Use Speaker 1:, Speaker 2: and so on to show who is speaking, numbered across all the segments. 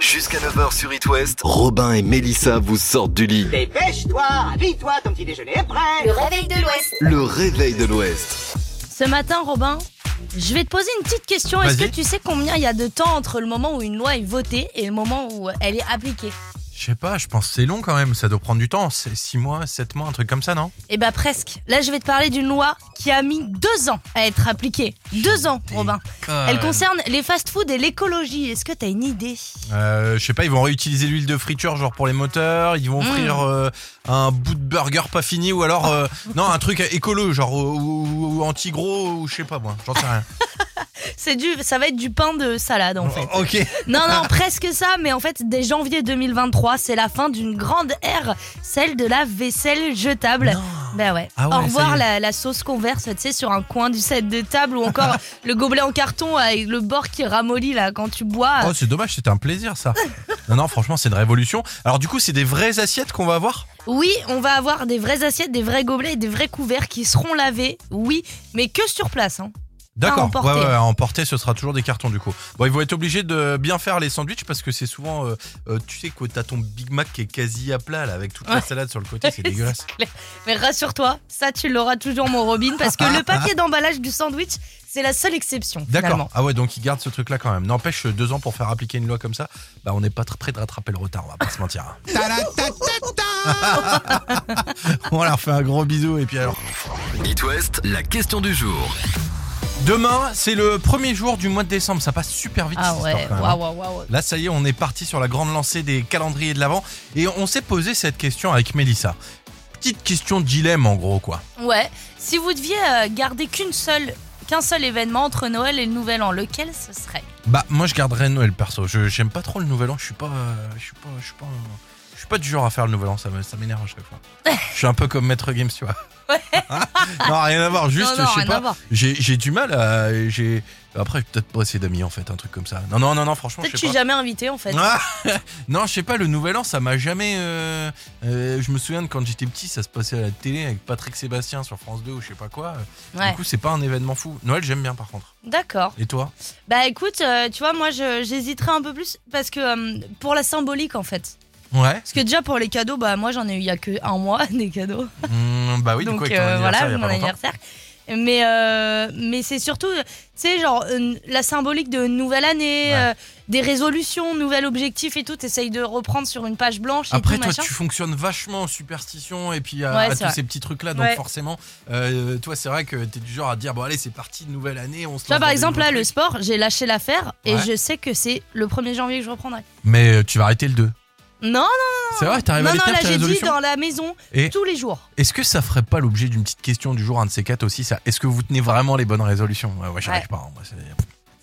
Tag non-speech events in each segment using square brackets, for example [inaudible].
Speaker 1: Jusqu'à 9h sur It West, Robin et Mélissa vous sortent du lit.
Speaker 2: Dépêche-toi, habille-toi, ton petit déjeuner est prêt.
Speaker 3: Le réveil de l'Ouest.
Speaker 1: Le réveil de l'Ouest.
Speaker 4: Ce matin, Robin, je vais te poser une petite question. Est-ce que
Speaker 5: Vas-y.
Speaker 4: tu sais combien il y a de temps entre le moment où une loi est votée et le moment où elle est appliquée
Speaker 5: Je sais pas, je pense que c'est long quand même, ça doit prendre du temps. C'est 6 mois, 7 mois, un truc comme ça, non
Speaker 4: Eh bah presque. Là, je vais te parler d'une loi qui a mis deux ans à être appliquée. Deux ans, Robin. Elle concerne les fast-foods et l'écologie. Est-ce que t'as une idée
Speaker 5: Euh, je sais pas, ils vont réutiliser l'huile de friture, genre pour les moteurs, ils vont
Speaker 4: Mm.
Speaker 5: offrir euh, un bout de burger pas fini, ou alors,
Speaker 4: [laughs]
Speaker 5: euh, non, un truc écolo, genre, ou, ou- ou anti-gros, ou je sais pas moi, j'en sais rien.
Speaker 4: C'est du, ça va être du pain de salade [laughs] en fait.
Speaker 5: Oh, ok.
Speaker 4: [laughs] Non, non, presque ça, mais en fait, dès janvier 2023, c'est la fin d'une grande ère, celle de la vaisselle jetable. Bah ouais.
Speaker 5: Ah ouais,
Speaker 4: Au
Speaker 5: ça y
Speaker 4: revoir
Speaker 5: est.
Speaker 4: la, la sauce converse, tu sais, sur un coin du set de table ou
Speaker 5: [laughs]
Speaker 4: encore le gobelet en carton avec le bord qui ramollit là quand tu bois.
Speaker 5: Oh, c'est dommage, c'était un plaisir ça. non, non, franchement, c'est une révolution. Alors, du coup, c'est des vraies assiettes qu'on va avoir
Speaker 4: Oui, on va avoir des vraies assiettes, des vrais gobelets et des vrais couverts qui seront lavés, oui, mais que sur place. Hein.
Speaker 5: D'accord,
Speaker 4: emporter.
Speaker 5: ouais, ouais, à emporter, ce sera toujours des cartons du coup. Bon, ils vont être obligés de bien faire les sandwichs parce que c'est souvent, euh, euh, tu sais, quoi, t'as ton Big Mac qui est quasi à plat là, avec toute la
Speaker 4: Ouais.
Speaker 5: salade sur le
Speaker 4: [laughs]
Speaker 5: côté, c'est dégueulasse.
Speaker 4: clair. Mais rassure-toi, ça tu l'auras toujours mon Robin, parce que le papier d'emballage du sandwich, c'est la seule exception.
Speaker 5: Ah, D'accord.
Speaker 4: finalement.
Speaker 5: Ah ouais, donc ils gardent ce truc là quand même. N'empêche, euh, deux ans pour faire appliquer une loi comme ça, bah on n'est pas très près de rattraper le retard, on va pas se mentir. hein. [laughs] on leur fait un gros bisou et puis alors.
Speaker 1: It West, la question du jour.
Speaker 5: Demain, c'est le premier jour du mois de décembre, ça passe super vite.
Speaker 4: Ah
Speaker 5: cette
Speaker 4: ouais,
Speaker 5: histoire, quand même, hein.
Speaker 4: waouh, waouh, waouh.
Speaker 5: Là, ça y est, on est parti sur la grande lancée des calendriers de l'Avent. Et on s'est posé cette question avec Mélissa. Petite question de dilemme, en gros, quoi.
Speaker 4: Ouais, si vous deviez euh, garder qu'une seule, qu'un seul événement entre Noël et le Nouvel An, lequel ce serait
Speaker 5: Bah, moi, je garderais Noël perso. Je J'aime pas trop le nouvel an. Je suis pas. euh, Je suis pas. Je suis pas. un- Je suis pas du genre à faire le nouvel an, ça me- ça m'énerve à chaque fois. Je suis un peu comme Maître Games, tu vois. [laughs] non, rien à voir, juste,
Speaker 4: Non, non,
Speaker 5: je sais
Speaker 4: rien à
Speaker 5: pas.
Speaker 4: voir.
Speaker 5: J'ai j'ai du mal à. j'ai- Après, je vais peut-être pas essayer d'amis, en fait, un truc comme ça. Non, non, non, non, franchement,
Speaker 4: Peut-être que
Speaker 5: je
Speaker 4: je
Speaker 5: sais
Speaker 4: suis
Speaker 5: pas.
Speaker 4: jamais invité en fait.
Speaker 5: Ah [laughs] non, je sais pas, le nouvel an, ça m'a jamais. euh, euh, je me souviens de quand j'étais petit, ça se passait à la télé avec Patrick Sébastien sur France 2 ou je sais pas quoi.
Speaker 4: Ouais.
Speaker 5: Du coup, c'est pas un événement fou. Noël, j'aime bien par contre.
Speaker 4: D'accord.
Speaker 5: Et toi
Speaker 4: Bah écoute, euh, tu vois, moi je- j'hésiterais un peu plus parce que euh, pour la symbolique en fait.
Speaker 5: Ouais.
Speaker 4: Parce que déjà pour les cadeaux, bah moi j'en ai eu il y a que un mois [laughs] des cadeaux.
Speaker 5: Mmh, bah oui, du
Speaker 4: Donc
Speaker 5: coup, avec ton
Speaker 4: euh, voilà
Speaker 5: anniversaire, il y a
Speaker 4: mon
Speaker 5: pas longtemps.
Speaker 4: anniversaire. Mais euh, mais c'est surtout, tu sais, genre euh, la symbolique de nouvelle année,
Speaker 5: Ouais.
Speaker 4: euh, des résolutions, nouvel objectif et tout. T'essayes de reprendre sur une page blanche et
Speaker 5: Après,
Speaker 4: tout
Speaker 5: toi,
Speaker 4: machin.
Speaker 5: tu fonctionnes vachement en superstition et puis à,
Speaker 4: Ouais,
Speaker 5: à
Speaker 4: c'est
Speaker 5: tous
Speaker 4: vrai.
Speaker 5: ces petits trucs-là. Donc,
Speaker 4: Ouais.
Speaker 5: forcément, euh, toi, c'est vrai que t'es du genre à dire bon, allez, c'est parti, nouvelle année, on se
Speaker 4: Tu vois, par
Speaker 5: lance dans des
Speaker 4: exemple, là,
Speaker 5: nouveaux
Speaker 4: le
Speaker 5: trucs.
Speaker 4: sport, j'ai lâché l'affaire et
Speaker 5: Ouais.
Speaker 4: je sais que c'est le 1er janvier que je reprendrai.
Speaker 5: Mais euh, tu vas arrêter le 2.
Speaker 4: Non,
Speaker 5: C'est vrai,
Speaker 4: non,
Speaker 5: t'arrives
Speaker 4: non,
Speaker 5: à Ah, les
Speaker 4: non,
Speaker 5: tenir,
Speaker 4: là,
Speaker 5: tes
Speaker 4: j'ai dit
Speaker 5: résolutions
Speaker 4: dans la maison
Speaker 5: Et-
Speaker 4: tous les jours.
Speaker 5: Est-ce que ça ferait pas l'objet d'une petite question du jour, un de ces quatre aussi ça Est-ce que vous tenez vraiment les bonnes résolutions Ouais, ouais, j'y
Speaker 4: Ouais.
Speaker 5: arrive pas. hein, moi, c'est-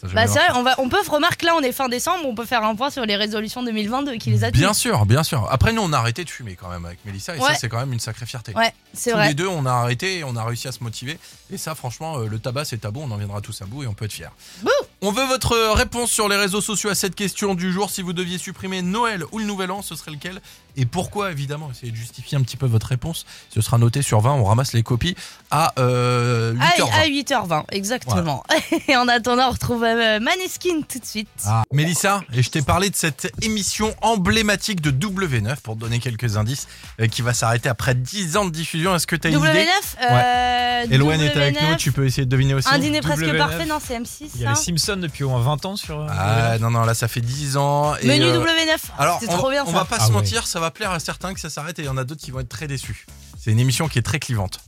Speaker 5: ça, je
Speaker 4: Bah,
Speaker 5: vais
Speaker 4: c'est
Speaker 5: voir.
Speaker 4: vrai, on, va, on peut, remarque, là, on est fin décembre, on peut faire un point sur les résolutions 2022 qui les a
Speaker 5: Bien
Speaker 4: toutes.
Speaker 5: sûr, bien sûr. Après, nous, on a arrêté de fumer quand même avec Mélissa, et ça,
Speaker 4: Ouais.
Speaker 5: c'est quand même une sacrée fierté.
Speaker 4: Ouais, c'est
Speaker 5: Tous
Speaker 4: vrai.
Speaker 5: les deux, on a arrêté et on a réussi à se motiver. Et ça, franchement, euh, le tabac, c'est tabou. On en viendra tous à bout et on peut être fiers.
Speaker 4: Bouh
Speaker 5: on veut votre réponse sur les réseaux sociaux à cette question du jour. Si vous deviez supprimer Noël ou le Nouvel An, ce serait lequel Et pourquoi, évidemment Essayez de justifier un petit peu votre réponse. Ce sera noté sur 20. On ramasse les copies à euh, 8
Speaker 4: Ah, À,
Speaker 5: h
Speaker 4: à 8h20, exactement. [laughs] Et en attendant, on retrouve euh, Maneskin tout de suite.
Speaker 5: Ah. Mélissa, et je t'ai parlé de cette émission emblématique de W9 pour te donner quelques indices euh, qui va s'arrêter après 10 ans de diffusion. Est-ce que t'as une
Speaker 4: W9,
Speaker 5: idée
Speaker 4: euh,
Speaker 5: Eloane est avec
Speaker 4: W9,
Speaker 5: nous, tu peux essayer de deviner aussi.
Speaker 4: Un dîner presque
Speaker 6: W9.
Speaker 4: parfait, non, c'est M6.
Speaker 6: Il y a
Speaker 4: hein.
Speaker 6: les Simpsons depuis au moins 20 ans sur. euh,
Speaker 5: Ah non, non, là ça fait 10 ans. Et
Speaker 4: Menu
Speaker 5: euh,
Speaker 4: W9,
Speaker 5: Alors,
Speaker 4: c'est
Speaker 5: on,
Speaker 4: trop bien ça.
Speaker 5: on va pas
Speaker 6: Ah
Speaker 5: se
Speaker 6: ouais.
Speaker 5: mentir, ça va plaire à certains que ça s'arrête et il y en a d'autres qui vont être très déçus. C'est une émission qui est très clivante.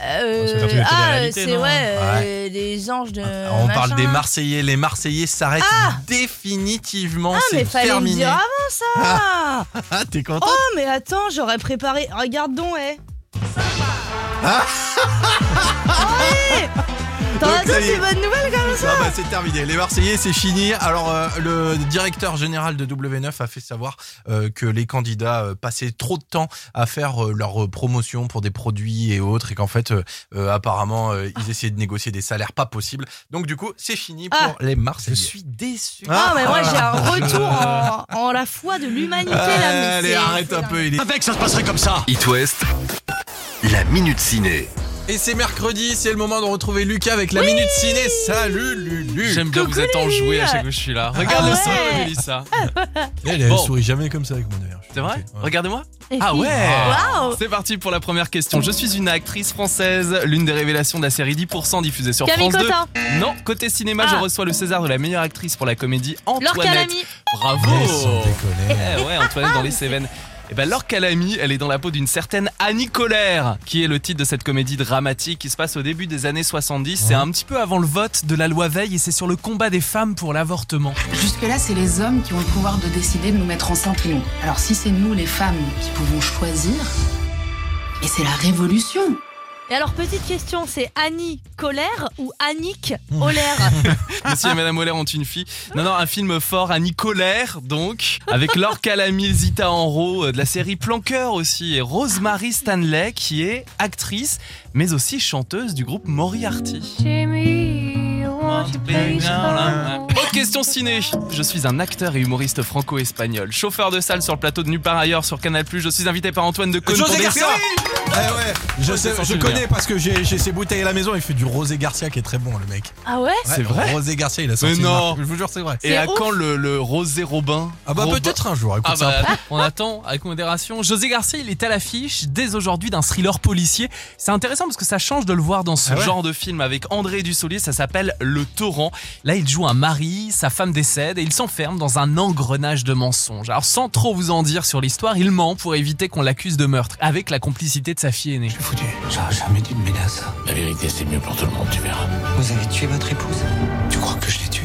Speaker 4: Euh,
Speaker 6: Ça fait un peu la
Speaker 4: ah, euh,
Speaker 6: télé-réalité,
Speaker 4: c'est
Speaker 6: non
Speaker 4: ouais, euh, les anges de.
Speaker 5: Alors, Ah, on parle
Speaker 4: machin.
Speaker 5: des Marseillais. Les Marseillais s'arrêtent définitivement.
Speaker 4: Ah, mais
Speaker 5: c'est
Speaker 4: fallait
Speaker 5: terminé.
Speaker 4: me dire avant ça
Speaker 5: [laughs] Ah, t'es content
Speaker 4: Oh, mais attends, j'aurais préparé. Regarde donc, eh Ah Ouais T'en as
Speaker 5: Donc, ça
Speaker 4: d'autres
Speaker 5: y est.
Speaker 4: des bonnes nouvelles comme ça
Speaker 5: Ah bah, c'est terminé, les Marseillais c'est fini. Alors euh, le directeur général de W9 a fait savoir euh, que les candidats euh, passaient trop de temps à faire euh, leur euh, promotion pour des produits et autres et qu'en fait euh, euh, apparemment euh, ils essayaient de négocier des salaires pas possibles. Donc du coup c'est fini pour
Speaker 4: Ah.
Speaker 5: les
Speaker 6: Je
Speaker 5: Marseillais.
Speaker 6: suis déçu.
Speaker 4: Ah, mais moi
Speaker 5: Ah.
Speaker 4: j'ai un retour en, en la foi de l'humanité là. mais
Speaker 5: Allez
Speaker 4: c'est-
Speaker 5: arrête
Speaker 4: c'est
Speaker 5: un
Speaker 4: dingue.
Speaker 5: peu, il est
Speaker 1: It West, la minute ciné.
Speaker 5: Et c'est mercredi, c'est le moment de retrouver Lucas avec la minute ciné. Salut Lulu.
Speaker 3: J'aime bien, vous êtes enjoué à chaque fois que je suis là. Regarde
Speaker 4: Ah
Speaker 3: le
Speaker 4: ouais.
Speaker 3: sourire de Mélissa.
Speaker 5: Eh, Elle, elle
Speaker 3: Bon.
Speaker 5: sourit jamais comme ça avec moi d'ailleurs. Je suis
Speaker 3: C'est vrai
Speaker 5: choqué, ouais.
Speaker 3: Regardez-moi.
Speaker 4: Et
Speaker 3: Ah
Speaker 4: puis-
Speaker 3: ouais
Speaker 4: Waouh
Speaker 3: C'est parti pour la première question. Je suis une actrice française, l'une des révélations de la série 10% diffusée sur
Speaker 4: Camille
Speaker 3: France
Speaker 4: Cotin,
Speaker 3: 2. Non, côté cinéma,
Speaker 4: Ah.
Speaker 3: je reçois le César de la meilleure actrice pour la comédie
Speaker 4: Laure
Speaker 3: Antoinette.
Speaker 4: Calamy.
Speaker 3: Bravo
Speaker 5: Mais sans déconner.
Speaker 3: Eh ouais, Antoinette dans les Cévennes. Et ben Laure Calamy, elle est dans la peau d'une certaine Annie Colère, qui est le titre de cette comédie dramatique qui se passe au début des années 70. C'est un petit peu avant le vote de la loi Veil et c'est sur le combat des femmes pour l'avortement.
Speaker 7: Jusque-là, c'est les hommes qui ont le pouvoir de décider de nous mettre enceintes ou non. Alors si c'est nous, les femmes, qui pouvons choisir, mais c'est la révolution
Speaker 4: Et alors, petite question, c'est Annie Colère ou Annick Olaire
Speaker 3: Monsieur et Madame Olaire ont une fille. Non, non, un film fort, Annie Colère, donc, avec Laure Calamy, Zita Enro, euh, de la série Planqueur aussi, et Rosemary Stanley, qui est actrice, mais aussi chanteuse du groupe Moriarty. Autre question ciné. Je suis un acteur et humoriste franco-espagnol, chauffeur de salle sur le plateau de Nu par ailleurs sur Canal+. Je suis invité par Antoine de Caunes pour
Speaker 5: José
Speaker 3: des
Speaker 5: Garcia
Speaker 3: séries.
Speaker 5: Eh ouais, je,
Speaker 3: Ouais,
Speaker 5: sais-
Speaker 3: c'est
Speaker 5: je
Speaker 3: sorti
Speaker 5: connais
Speaker 3: bien.
Speaker 5: parce que j'ai j'ai ses bouteilles à la maison. Il fait du Rosé Garcia qui est très bon, le mec.
Speaker 4: Ah ouais
Speaker 3: C'est vrai
Speaker 5: Rosé Garcia, il a sorti.
Speaker 3: Mais
Speaker 5: une
Speaker 3: non.
Speaker 5: marque. Je vous jure, c'est vrai.
Speaker 3: Et à
Speaker 4: C'est ouf.
Speaker 3: quand le, le Rosé Robin
Speaker 5: Ah bah
Speaker 3: Robin-
Speaker 5: peut-être un jour. Écoute,
Speaker 3: Ah
Speaker 5: c'est un
Speaker 3: bah, on attend avec modération. José Garcia, il est à l'affiche dès aujourd'hui d'un thriller policier. C'est intéressant parce que ça change de le voir dans ce
Speaker 5: Ah ouais
Speaker 3: genre de film avec André Dussolier. Ça s'appelle Le Torrent. Là, il joue un mari, sa femme décède et il s'enferme dans un engrenage de mensonges. Alors, sans trop vous en dire sur l'histoire, il ment pour éviter qu'on l'accuse de meurtre avec la complicité de sa fille aînée.
Speaker 8: J'aurais jamais dû me mêler à ça.
Speaker 9: La vérité, c'est mieux pour tout le monde, tu verras.
Speaker 8: Vous avez tué votre épouse
Speaker 9: Tu crois que je l'ai tué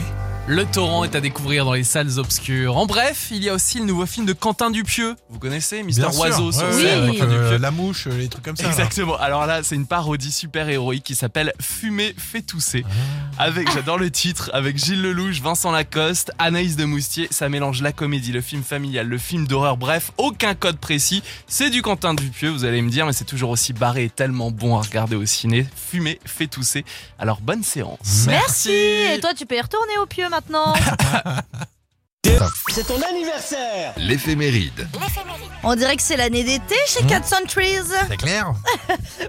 Speaker 3: Le torrent est à découvrir dans les salles obscures. En bref, il y a aussi le nouveau film de Quentin Dupieux. Vous connaissez Mister
Speaker 5: Bien sûr,
Speaker 3: Oiseau sur
Speaker 5: ouais,
Speaker 4: Oui.
Speaker 5: ouais,
Speaker 3: scène,
Speaker 5: avec,
Speaker 3: Quentin
Speaker 5: euh,
Speaker 3: Dupieux.
Speaker 5: la mouche, euh, les trucs comme ça. là.
Speaker 3: Exactement. Alors là, c'est une parodie super héroïque qui s'appelle Fumer fait tousser.
Speaker 5: Ah.
Speaker 3: Avec, j'adore le titre, avec Gilles Lelouch, Vincent Lacoste, Anaïs de Moustier. Ça mélange la comédie, le film familial, le film d'horreur. Bref, aucun code précis. C'est du Quentin Dupieux, vous allez me dire, mais c'est toujours aussi barré et tellement bon à regarder au ciné. Fumer fait tousser. Alors bonne séance.
Speaker 4: Merci Et toi, tu peux y retourner au pieu maintenant
Speaker 2: C'est ton anniversaire
Speaker 1: l'éphéméride.
Speaker 4: [laughs] On dirait que c'est l'année d'été chez
Speaker 5: Mmh.
Speaker 4: Cat Centuries
Speaker 5: C'est clair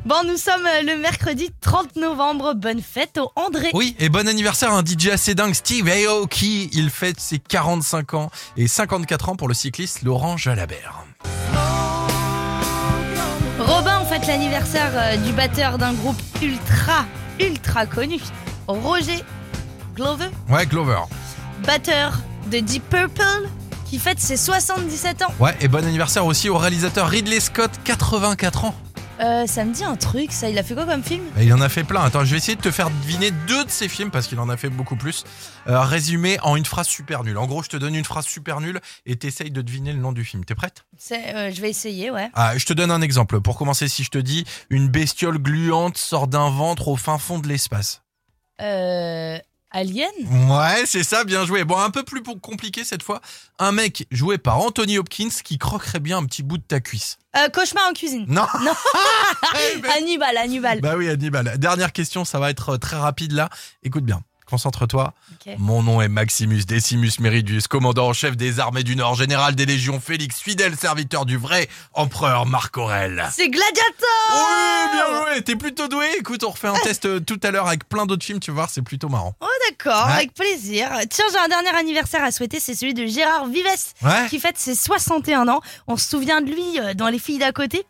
Speaker 4: Bon, nous sommes euh, le mercredi 30 novembre. Bonne fête au André.
Speaker 5: Oui, et bon anniversaire à un DJ assez dingue, Steve Aoki. Il fête ses 45 ans et 54 ans pour le cycliste Laurent Jalabert. Oh.
Speaker 4: Robin, on fête l'anniversaire euh, du batteur d'un groupe ultra, ultra connu. Roger Glover,
Speaker 5: Ouais, Glover.
Speaker 4: batteur de Deep Purple, qui fête ses 77 ans.
Speaker 5: Ouais, et bon anniversaire aussi au réalisateur Ridley Scott, 84 ans.
Speaker 4: Euh, ça me dit un truc, ça. Il a fait quoi comme film
Speaker 5: Et Bah, il en a fait plein. Attends, je vais essayer de te faire deviner deux de ses films parce qu'il en a fait beaucoup plus. Euh, résumé en une phrase super nulle. En gros, je te donne une phrase super nulle et t'essayes de deviner le nom du film. T'es prête
Speaker 4: C'est- euh, Je vais essayer, ouais.
Speaker 5: ah, Je te donne un exemple. Pour commencer, si je te dis une bestiole gluante sort d'un ventre au fin fond de l'espace.
Speaker 4: Euh, Alien
Speaker 5: Ouais, c'est ça, bien joué. Bon, un peu plus pour- compliqué cette fois. Un mec joué par Anthony Hopkins qui croquerait bien un petit bout de ta cuisse.
Speaker 4: Euh, Cauchemar en cuisine.
Speaker 5: Non [laughs]
Speaker 4: Non.
Speaker 5: Eh ben,
Speaker 4: Hannibal, Hannibal.
Speaker 5: Bah oui, Hannibal. Dernière question, ça va être euh, très rapide là. Écoute bien, concentre-toi.
Speaker 4: Ok.
Speaker 5: Mon nom est Maximus Decimus Meridius, commandant en chef des armées du Nord, général des légions Félix, fidèle serviteur du vrai empereur Marc Aurèle.
Speaker 4: C'est Gladiator
Speaker 5: Oui, bien joué, t'es plutôt doué. Écoute, on refait un test euh, tout à l'heure avec plein d'autres films, tu vas voir, c'est plutôt marrant.
Speaker 4: Oh, d'accord,
Speaker 5: Ouais.
Speaker 4: avec plaisir. Tiens, j'ai un dernier anniversaire à souhaiter, c'est celui de Gérard Vives.
Speaker 5: Ouais
Speaker 4: qui fête ses 61 ans. On se souvient de lui euh, dans Les filles d'à côté.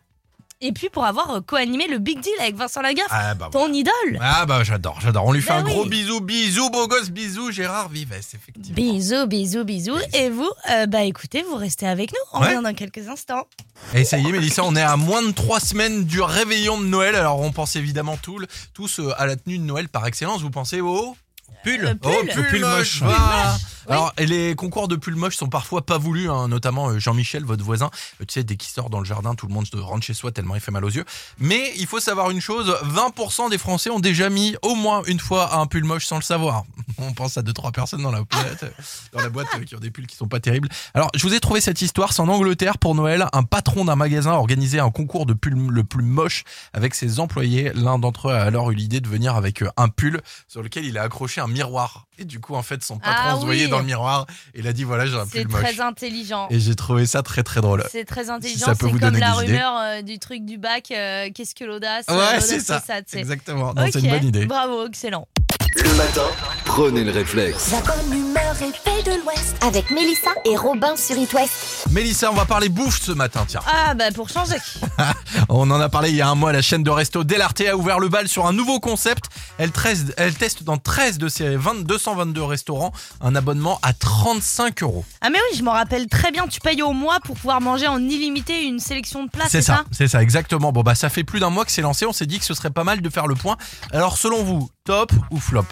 Speaker 4: Et puis pour avoir euh, co-animé le Big Deal avec Vincent Lagaffe,
Speaker 5: Ah bah,
Speaker 4: ton idole.
Speaker 5: Ah bah j'adore, j'adore. On lui fait
Speaker 4: Bah
Speaker 5: un gros
Speaker 4: oui.
Speaker 5: bisou, bisou beau gosse, bisou Gérard Vives, effectivement.
Speaker 4: Bisous, bisous, bisous. Et vous, euh, bah écoutez, vous restez avec nous. On
Speaker 5: Ouais.
Speaker 4: revient dans quelques instants.
Speaker 5: Et ça y est, Mélissa, on est à moins de trois semaines du réveillon de Noël. Alors on pense évidemment tout- tous euh, à la tenue de Noël par excellence. Vous pensez au pull,
Speaker 4: Le pull.
Speaker 5: Au pull,
Speaker 4: Le pull
Speaker 5: moche.
Speaker 4: moche.
Speaker 5: voilà.
Speaker 4: Oui.
Speaker 5: Alors et les concours de pull moche sont parfois pas voulus, hein, notamment euh, Jean-Michel, votre voisin. Euh, tu sais, dès qu'il sort dans le jardin, tout le monde se rentre chez soi tellement il fait mal aux yeux. Mais il faut savoir une chose 20% des Français ont déjà mis au moins une fois un pull moche sans le savoir. On pense à deux trois personnes dans la boîte, [laughs] dans la boîte euh, qui ont des pulls qui sont pas terribles. Alors, je vous ai trouvé cette histoire. C'est en Angleterre pour Noël. Un patron d'un magasin a organisé un concours de pull le plus moche avec ses employés. L'un d'entre eux a alors eu l'idée de venir avec euh, un pull sur lequel il a accroché un miroir. Et du coup, en fait, son patron
Speaker 4: Ah
Speaker 5: se voyait
Speaker 4: oui.
Speaker 5: dans le miroir. Et il a dit voilà, j'ai un
Speaker 4: C'est
Speaker 5: pull moche.
Speaker 4: très intelligent.
Speaker 5: Et j'ai trouvé ça très très drôle.
Speaker 4: C'est très
Speaker 5: Si
Speaker 4: intelligent,
Speaker 5: ça peut
Speaker 4: c'est
Speaker 5: vous
Speaker 4: comme
Speaker 5: donner
Speaker 4: la
Speaker 5: des idées.
Speaker 4: rumeur euh, du truc du bac, euh, qu'est-ce que l'audace euh,
Speaker 5: Ouais,
Speaker 4: l'audace,
Speaker 5: c'est ça.
Speaker 4: ça tu sais.
Speaker 5: Exactement. Non, C'est
Speaker 4: Ok,
Speaker 5: une bonne idée.
Speaker 4: Bravo, excellent.
Speaker 1: Le matin, prenez le réflexe.
Speaker 10: La bonne humeur et paix de l'Ouest avec Mélissa et Robin sur It West.
Speaker 5: Mélissa, on va parler bouffe ce matin, tiens.
Speaker 4: Ah bah pour changer.
Speaker 5: On en a parlé il y a un mois, la chaîne de resto Delarte a ouvert le bal sur un nouveau concept. Elle, 13 elle teste dans 13 de ses 20 222 restaurants un abonnement à 35 euros.
Speaker 4: Ah mais oui, je m'en rappelle très bien, tu payes au mois pour pouvoir manger en illimité une sélection de plats, Ah, c'est ça,
Speaker 5: c'est ça, exactement. Bon, bah ça fait plus d'un mois que c'est lancé, on s'est dit que ce serait pas mal de faire le point. Alors selon vous, top ou flop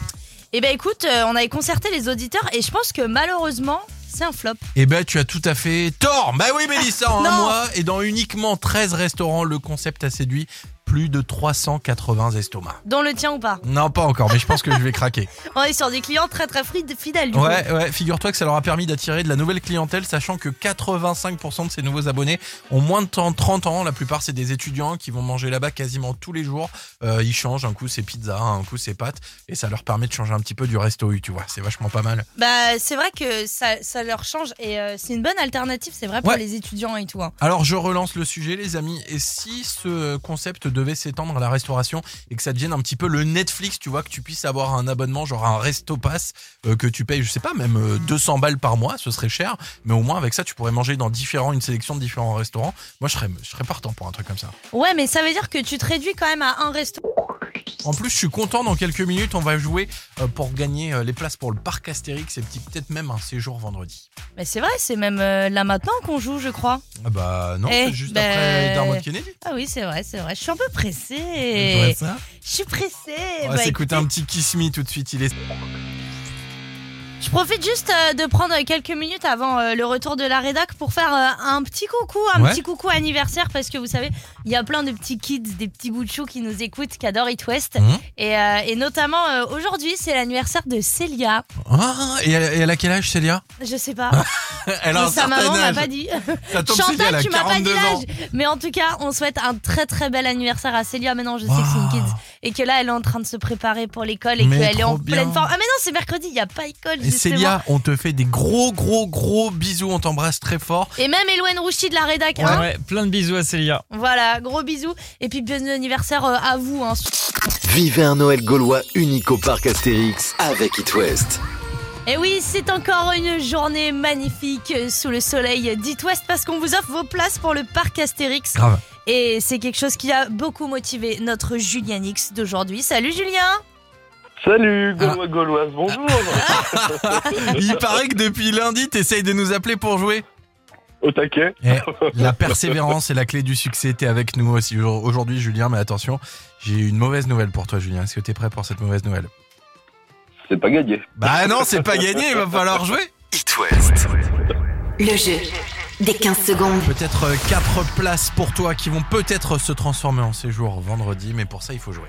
Speaker 4: Eh ben écoute, euh, on avait concerté les auditeurs et je pense que malheureusement, c'est un flop.
Speaker 5: Eh ben tu as tout à fait tort Bah oui Mélissa, en un
Speaker 4: Ah, Non.
Speaker 5: mois et dans uniquement 13 restaurants, le concept a séduit plus de 380 estomacs.
Speaker 4: Dans le tien ou pas
Speaker 5: Non, pas encore, mais je pense que je vais craquer.
Speaker 4: On est sur des clients très très fri- fidèles du coup.
Speaker 5: Ouais, ouais, figure-toi que ça leur a permis d'attirer de la nouvelle clientèle, sachant que 85% de ces nouveaux abonnés ont moins de temps- 30 ans. La plupart, c'est des étudiants qui vont manger là-bas quasiment tous les jours. Euh, ils changent, un coup c'est pizza, un coup c'est pâtes, et ça leur permet de changer un petit peu du resto U, tu vois. C'est vachement pas mal.
Speaker 4: Bah c'est vrai que ça, ça leur change et euh, c'est une bonne alternative, c'est vrai pour
Speaker 5: Ouais.
Speaker 4: les étudiants et tout. hein.
Speaker 5: Alors, je relance le sujet, les amis. Et si ce concept devait s'étendre à la restauration et que ça devienne un petit peu le Netflix, tu vois, que tu puisses avoir un abonnement, genre un resto pass, euh, que tu payes, je sais pas, même euh, 200 balles par mois, ce serait cher. Mais au moins, avec ça, tu pourrais manger dans différents, une sélection de différents restaurants. Moi, je serais, je serais partant pour un truc comme ça.
Speaker 4: Ouais mais ça veut dire que tu te réduis quand même à un resto.
Speaker 5: En plus, je suis content. Dans quelques minutes, on va jouer euh, pour gagner euh, les places pour le parc Astérix et petit- peut-être même un séjour vendredi.
Speaker 4: Mais c'est vrai, c'est même euh, là maintenant qu'on joue je crois.
Speaker 5: Ah bah non,
Speaker 4: Eh,
Speaker 5: c'est juste
Speaker 4: ben,
Speaker 5: après Dermot Kennedy.
Speaker 4: Ah oui c'est vrai, c'est vrai, je suis un peu
Speaker 5: Tu vois
Speaker 4: pressée.
Speaker 5: ça
Speaker 4: Je suis pressée.
Speaker 5: On va
Speaker 4: Bah,
Speaker 5: s'écouter un petit Kiss Me tout de suite. Il est
Speaker 4: Je profite juste euh, de prendre quelques minutes avant euh, le retour de la rédac pour faire euh, un petit coucou, un
Speaker 5: Ouais.
Speaker 4: petit coucou anniversaire parce que vous savez, il y a plein de petits kids, des petits bouts de choux qui nous écoutent, qui adorent It West.
Speaker 5: Mhm.
Speaker 4: Et, euh, et notamment euh, aujourd'hui, c'est l'anniversaire de Célia.
Speaker 5: Ah, et elle, et elle a quel âge, Célia
Speaker 4: Je sais pas,
Speaker 5: [laughs] Ah, Elle
Speaker 4: sa maman m'a pas dit.
Speaker 5: Ça tombe, Célia, elle a
Speaker 4: Chantal, tu m'as pas dit
Speaker 5: 42 ans.
Speaker 4: l'âge. Mais en tout cas, on souhaite un très très bel anniversaire à Célia. Maintenant, je sais que c'est une
Speaker 5: Waouh.
Speaker 4: kids et que là, elle est en train de se préparer pour l'école et
Speaker 5: Mais
Speaker 4: qu'elle est en
Speaker 5: trop bien.
Speaker 4: pleine forme. Ah mais non, c'est mercredi, il y a pas école
Speaker 5: Et
Speaker 4: justement.
Speaker 5: Célia, on te fait des gros, gros, gros bisous. On t'embrasse très fort.
Speaker 4: Et même Eloane Rouchy de la rédac. hein.
Speaker 6: Ouais, plein de bisous à Célia.
Speaker 4: Voilà, gros bisous. Et puis, bon anniversaire euh, à vous. hein.
Speaker 1: Vivez un Noël gaulois unique au parc Astérix avec It West.
Speaker 4: Et oui, c'est encore une journée magnifique euh, sous le soleil d'It West parce qu'on vous offre vos places pour le parc Astérix.
Speaker 5: Grave.
Speaker 4: Et c'est quelque chose qui a beaucoup motivé notre Julien X d'aujourd'hui. Salut Julien
Speaker 11: Salut,
Speaker 12: Ah.
Speaker 11: Gaulois, Gauloise, bonjour.
Speaker 12: [laughs]
Speaker 5: Il paraît que depuis lundi, t'essayes de nous appeler pour jouer. Eh,
Speaker 11: Au taquet.
Speaker 5: La persévérance est la clé du succès. T'es avec nous aussi aujourd'hui, Julien. Mais attention, j'ai une mauvaise nouvelle pour toi, Julien. Est-ce que t'es prêt pour cette mauvaise nouvelle
Speaker 11: C'est pas gagné.
Speaker 5: Bah non, c'est pas gagné. Il va falloir jouer.
Speaker 1: It West.
Speaker 10: Le jeu des 15 secondes.
Speaker 5: Peut-être euh, quatre places pour toi qui vont peut-être se transformer en séjour vendredi. Mais pour ça, il faut jouer.